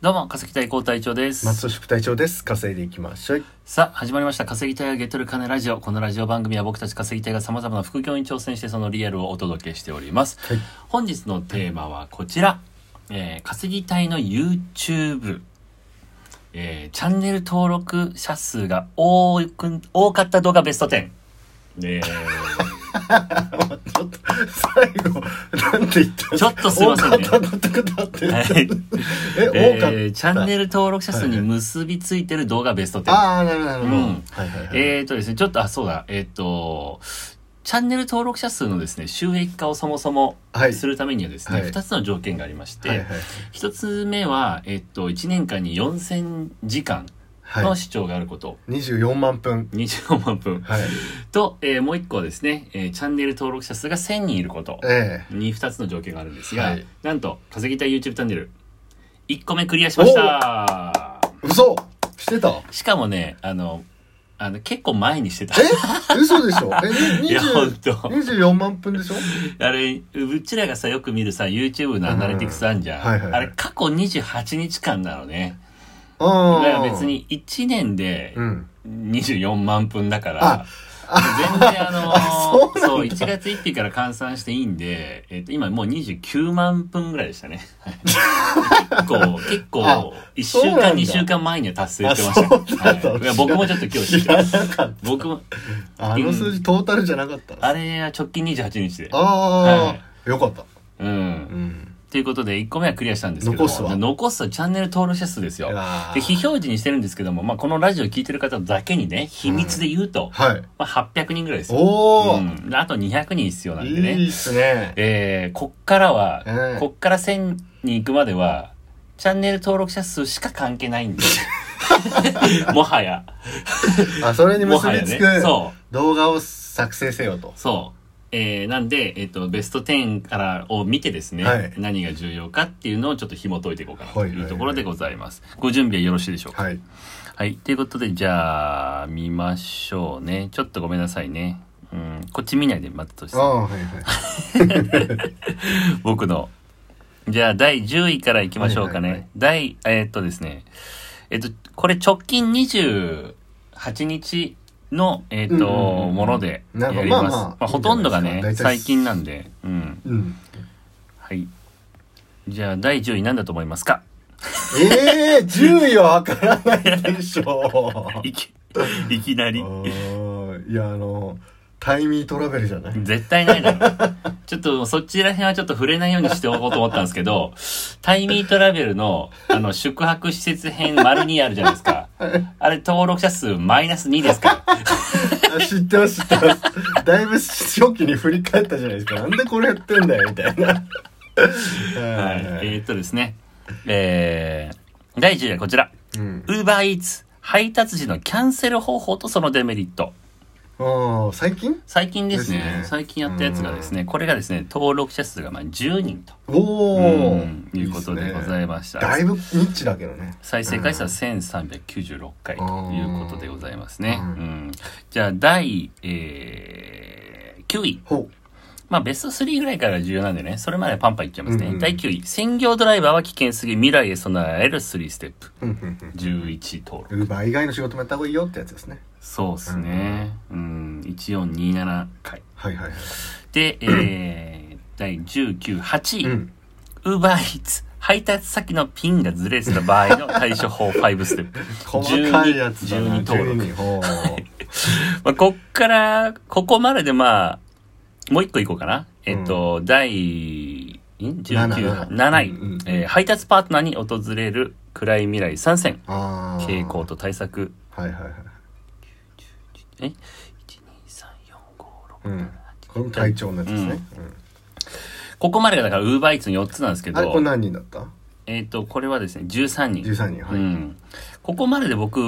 どうも、稼ぎたい高隊長です。松尾宿隊長です稼いでいきましょうさあ、始まりました。稼ぎたいがゲットる金ラジオ。このラジオ番組は僕たち稼ぎたいが様々な副業に挑戦してそのリアルをお届けしております。はい本日のテーマはこちら。えー稼ぎたいの YouTube。えーチャンネル登録者数が多く、多かった動画ベスト10。え ーちょっと最後なんて言ったちょっとすいませんね多かっただっただって、はいええ多かった、ーチャンネル登録者数に結びついてる動画ベスト10。ああなるほどなるほど、うんはいはいはい、えーとですね、ちょっと、あ、そうだ、えっ、と、チャンネル登録者数のですね、収益化をそもそもはいするためにはですね、はい2つの条件がありまして、はいはい1つ目は、えっ、と、1年間に4000時間はのい視聴があること、 24万分24万分はいと、えーもう1個はですね、えーチャンネル登録者数が1000人いることえに2つの条件があるんですが、はいなんと、稼ぎたい YouTube チャンネル、1個目クリアしましたえ嘘してたしかもね、あの、あの結構前にしてた。え嘘でしょえいや、ほん20と。 24万分でしょあれ、うちらがさ、よく見るさ、YouTube のアナリティクスあんじゃん。うんはいはいはいあれ、過去28日間なのね。だからああ別に1年でうん24万分だからあ、全然あの あそうなんだ1月1日から換算していいんで、えっと、今もう29万分ぐらいでしたね。結 構、結あ構、1週そうなんだ間2週間前には達成してましたあね、そうなはんだいいや僕もちょっと今日知知ってらまな す。かった僕も、あの数字トータルじゃなかったあれは直近28日で。ああ、よかったうんう。んということで、1個目はクリアしたんですけども残すわ残すはチャンネル登録者数ですよ。うで、わー非表示にしてるんですけども、まあ、このラジオ聞いてる方だけにね、秘密で言うと、はいまあ、800人ぐらいですよ。おお、うんであと200人必要なんでね。いいっすねえー、こっからは、うんこっから1000に行くまでは、チャンネル登録者数しか関係ないんです。 もはや。あ、それにも結はやびねつく。そう。動画を作成せよと。そう。えー、なんで、えっ、と、ベスト10からを見てですね、はい何が重要かっていうのをちょっと紐解いていこうかなとはいはいいはういところでございます。ご準備はよろしいでしょうか。はい。はい。ということで、じゃあ、見ましょうね。ちょっとごめんなさいね。うん、こっち見ないで待ってとしああ、はいはい。僕の。じゃあ、第10位からいきましょうかね。はいはいはい第、えーっとですね、えっ、と、これ直近28日の、えーっ、と、うんうんうんうんものでやなるほどります。ままああまあほとんどがいいねんじゃない、ですか大体最近なんで。うん。うん。はい。じゃあ、第10位なんだと思いますかええー、10位はわからないでしょう。いき、 いきなり。あーいや、あの、タイミートラベルじゃない絶対ないだろ。ちょっと、そちら辺はちょっと触れないようにしておこうと思ったんですけど、タイミートラベルの、あの、宿泊施設編丸2あるじゃないですか。あれ、登録者数マイナス2ですから。あ知ってます、知ってます。だいぶ初期に振り返ったじゃないですか。なんでこれやってんだよ、みたいな。ははいはいい。えーっとですね。えー、第10位はこちら。うん。 Uber Eats 配達時のキャンセル方法とそのデメリット。ああ、最近最近ですね、ですね最近やったやつがですね、これがですね、登録者数がまあ10人と。おお、うんいうことでございまました。だいぶニッチだけどね。再生回数は1396回ということでございますね。ううんんじゃあ、第、えー9位。ほまあ、ベスト3ぐらいから重要なんでね、それまでパンパンいっちゃいますね。うんうん第9位。専業ドライバーは危険すぎ、未来へ備える3ステップ。う。うんうんうん。 11位登録。ウーバー以外の仕事もやった方がいいよってやつですね。そうですね。うん、1427回。はいはいはい。で、えー、第19、8位。うん。ウーバーイーツ配達先のピンがずれてた場合の対処法5ステップ 細かいやつだな。 12登録12ほ うまあ、こっからここまででまあもう一個いこうかなえっと、第ん19 7 7位、うんうんえー配達パートナーに訪れる暗い未来参戦あー傾向。と対策はいはいはい。え1 2 3 4 5 6うん。これも体調のやつですね。ここまでがだからウーバーイーツの4つなんですけうん。あれこれど、何人だったえっと、これはですね、13人。 ?13 人。はうい。ん、ここまでで僕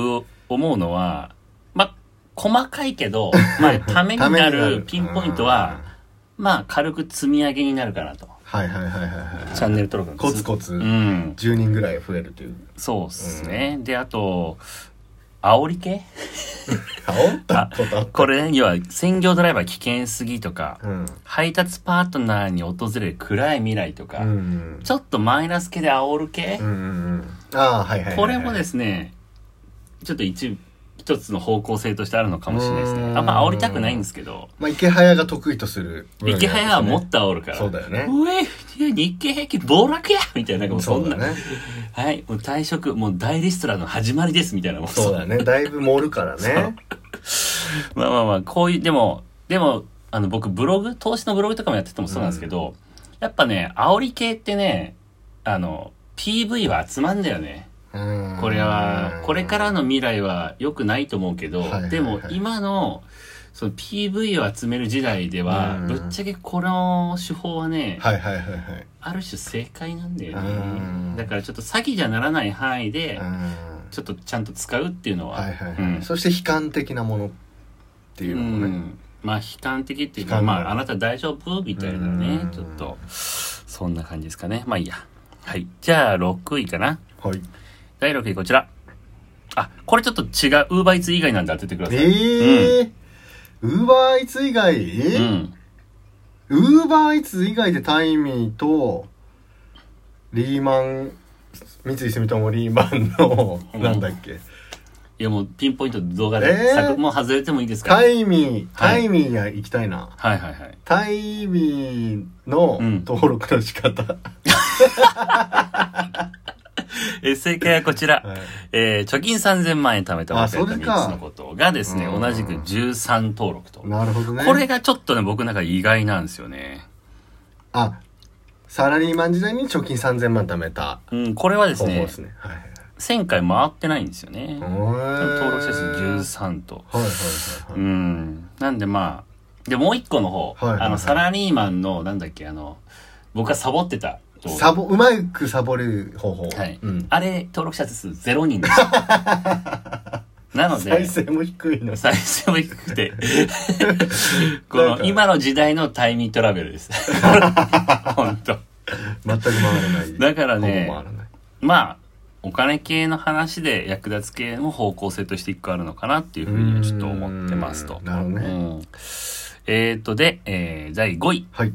思うのはまあ細かいけ ど、まあ、ためになるピンポイントは、まあ軽く積み上げになるかなとはいはいはいはいはい。チャンネル登録コツツコツうん10人ぐらい増えるという。そうっすね、であと煽り系あ、おったことあった。これ、ね、要は専業ドライバー危険すぎとか、うん。配達パートナーに訪れる暗い未来とか、うん。ちょっとマイナス系で煽る系うんうんうん。ああ、はいはいはいはい。これもですねちょっと一一つの方向性としてあるのかもしれないですねあんま煽りたくないんですけどまあ、池早が得意とする分野で池すね。早はもっと煽るからそうだよねうえ日経平均暴落やみたいななんかもうそんなそうだね。はいもう退職もう大リストラの始まりですみたいなもうそうだね。だいぶ盛るからね。まあまあまあ、こういう、でも、でも、あの、僕、ブログ、投資のブログとかもやっててもそうなんですけど、やっぱね、煽り系ってね、あの、PV は集まんだよね。うんこれは、これからの未来は良くないと思うけど、はいはいはいでも今の、その PV を集める時代では、うんぶっちゃけこの手法はね、はいはいはいはい。ある種正解なんだようんね。だからちょっと詐欺じゃならない範囲で、うんちょっとちゃんと使うっていうのは、はいはいはい。うんそして悲観的なものっていうのもうね。ん、まあ悲観的っていう悲か、観まあ、あなた大丈夫みたいなうねんちょっとそんな感じですかねまあいいやはいじゃあ6位かなはい。第6位こちらあこれちょっと違うウーバーイーツ以外なんで当ててくださいええウーバーイーツ以外、えうんウーバーイーツ以外でタイミーと、リーマン、三井住友リーマンの、うんなんだっけ。いやもうピンポイントで動画えで、ーさくもう外れてもいいですからタイミー、はタいイミーや行きたいな。はいはいはいタイミーのうん登録の仕方。え正解はこちら、はいえー貯金3000万円貯めたあ忘れたそれか3つのことがですねうん同じく13登録と、なるほどね。これがちょっとね僕の中で意外なんですよねあ、サラリーマン時代に貯金3000万貯めたうんこれはです方法ねですね。はいはい1000回回ってないんですよね。はい。登録者数はい13と。はういはいはい。ん。なんでまあ、で、もう一個の方、はいはいはいあの、サラリーマンの、なんだっけ、あの、僕がサボってた動画サボ、うまくサボる方法。はい、うん。あれ、登録者数0人で した。なので、再生も低いの。再生も低 くて、こなんの、か今の時代のタイミートラベル です。本当全く回らない。だからねほぼ回らない。まあ、お金系の話で役立つ系の方向性として一個あるのかなっていうふうにちょっと思ってますとうーん。なるほどうね。んえー、と、で、えー第5位。はい。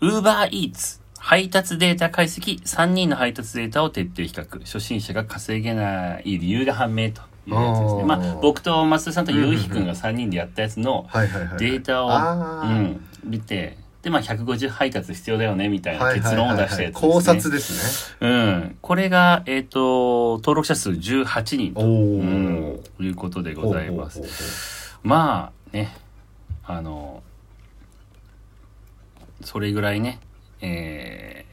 Uber Eats。配達データ解析。3人の配達データを徹底比較。初心者が稼げない理由が判明というやつですね。あーまあ、僕と松田さんとゆうひくんが3人でやったやつのはいはいはい。データを、あーうん、見て、で、まあ、150配達必要だよね、みたいなはいはい結はい論はをい出したやつですね。考察ですね。うん。これが、えっ、と、登録者数18人おと、うーん。いうことでございますほう。ほうほうほまあねあのそれぐらいねえ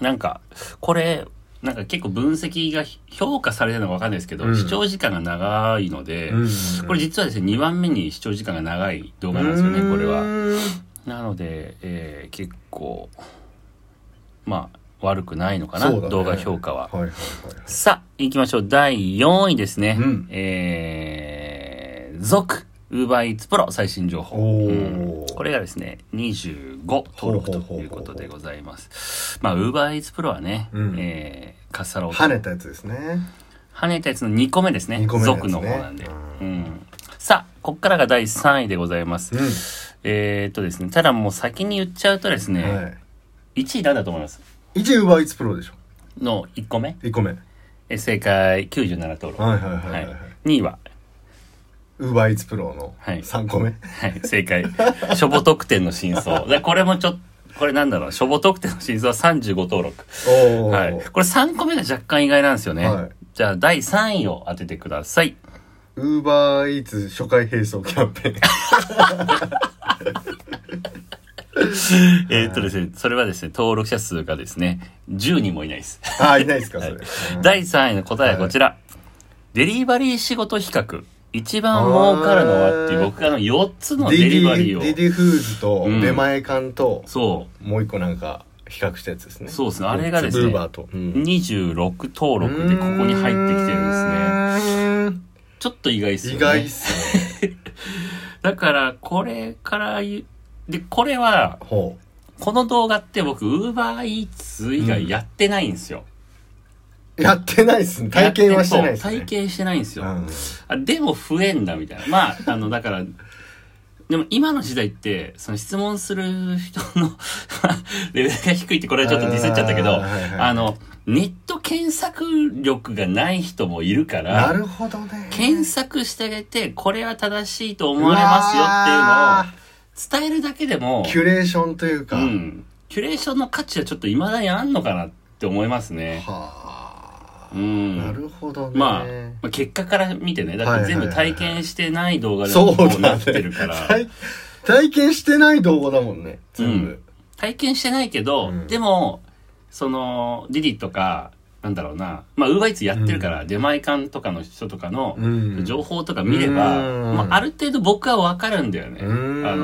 ーなんかこれなんか結構分析がひ評価されてるのか分かんないですけど、うん視聴時間が長いので、ううんうんうんこれ実はですね2番目に視聴時間が長い動画なんですよねこれうは。ーんなので、えー結構まあ悪くないのかな、そうだね動画評価は。はいはいはい。さあ、行きましょう。第4位ですね。うんえー、続、UberEats Pro 最新情報。おうんーこれがですね、25登録ということでございます。まあ、UberEats Pro はね、うんえー、カッサロ跳ねたやつですね。跳ねたやつの2個目ですね。二個目のやつ続ねの方なんで。ううんさあ、こっからが第3位でございます。うん。えーっとですね、ただもう先に言っちゃうとですね、は1位なんだと思いますい。1 Uber Eats Pro でしょ。の1個目。 1個目。はいえ正解97登録。はいはいはいは。い、2位は Uber Eats Pro のはい3個目。はい、正解。しょぼ得点の真相。でこれもちょっと、これなんだろう、しょぼ得点の真相は35登録。おお。はい。これ3個目が若干意外なんですよね。はいじゃあ、第3位を当ててください。 Uber Eats 初回並走キャンペ ーン。えーっとですね、それはですね、登録者数がですね、10人もいないです。あー、いないですか、それ。第3位の答えはこちら。デリバリー仕事比較。一番儲かるのはっていう、あー僕があの4つのデディリバリデーィディを。ディフーズとうん出前館と、そもう一個なんか比較したやつですね。そうですねあれがですねウーバーと。うう。ん26登録でここに入ってきてるんですね。ね。ちょっと意外ですよね。意外っすね。 だから、これから言う、で、これは、ほこの動画って僕、ウーバーイーツ以外やってないんですよ。う。やってないっすね。体験はしてないっすそうね。体験してないんですよ。うんあでも増えんだ、みたいな。まあ、あの、だから、 でも今の時代って、その質問す る人のレベルが低いって、これはちょっとディスっちゃったけど、あーはいはいあの、ネット検索力がない人もいるから、なるほどね。検索してあげて、これは正しいと思われますよっていうのを伝えるだけでも、キュレーションといううか。ん、キュレーションの価値はちょっと未だにあんのかなって思いますね。はあ、うん。なるほどね。まあ、まあ結果から見てね、だから全部体験してない動画でそもうこうだねなってるから、体体験してない動画だもんね、全部。体験してないけど、うんでも、その、リリとか、なんだろうな、まあ、ウーバーイーツやってるから、出前館とかの人とかのうん情報とか見れば、うんまあ、ある程度僕はわかるんだよね。う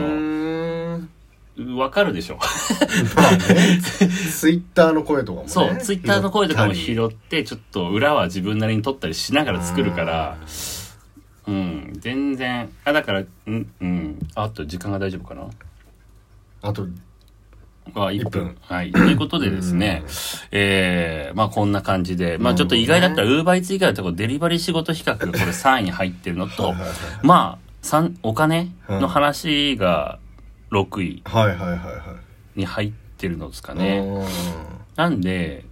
ーん。あの、わかるでしょ。まあね、ツイッターの声とかも ね。そう、ツイッターの声とかも拾っ拾って、ちょっと裏は自分なりに撮ったりしながら作るから、うん、全然、あ、だから、うん、うん、ああと時間が大丈夫かなたりあと、あ、1分。一分はい。ということでですねうん、えー、まあこんな感じで、まあちょっと意外だったら、ウーバーイーツ以外のところ、デリバリー仕事比較がこれ3位に入ってる のと、まあ、三お金の話が6位はいはいはいはに入ってるのですかい。ね。うん。なんで、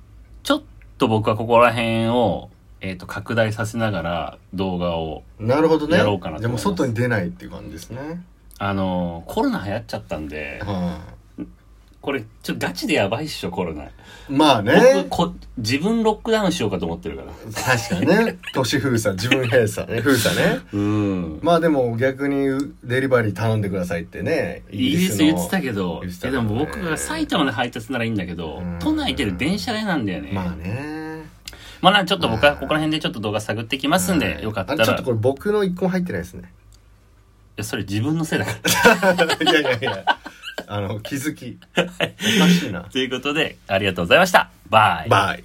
ちょっと僕はここら辺を、えっ、と、拡大させながら動画を、なるほどね。やろうかなと思いますじゃあもう外に出ないっていう感じですね。あのーコロナ流行っちゃったんで、はこれ、ちょっとガチでやばいっしょ、コロナ。い。まあ僕ね。こ、自分ロックダウンしようかと思ってるから。確かにね。 都市封鎖、自分閉鎖ね。封鎖ね。うん。まあでも逆にデリバリー頼んでくださいってね。イギリスの言ってたけど、言ってたえねでも僕が埼玉で配達ならいいんだけどうん、都内出る電車が嫌なんだよね。まあね。まあなんでちょっと僕はうんここら辺でちょっと動画探ってきますんで、よかったあちょっら。といこれ僕の一個も入ってないで すね。や、それ自分のせいだから。いやいやいや。あの、気づき。おかしいな。ということで、ありがとうございました。バイ。バイ。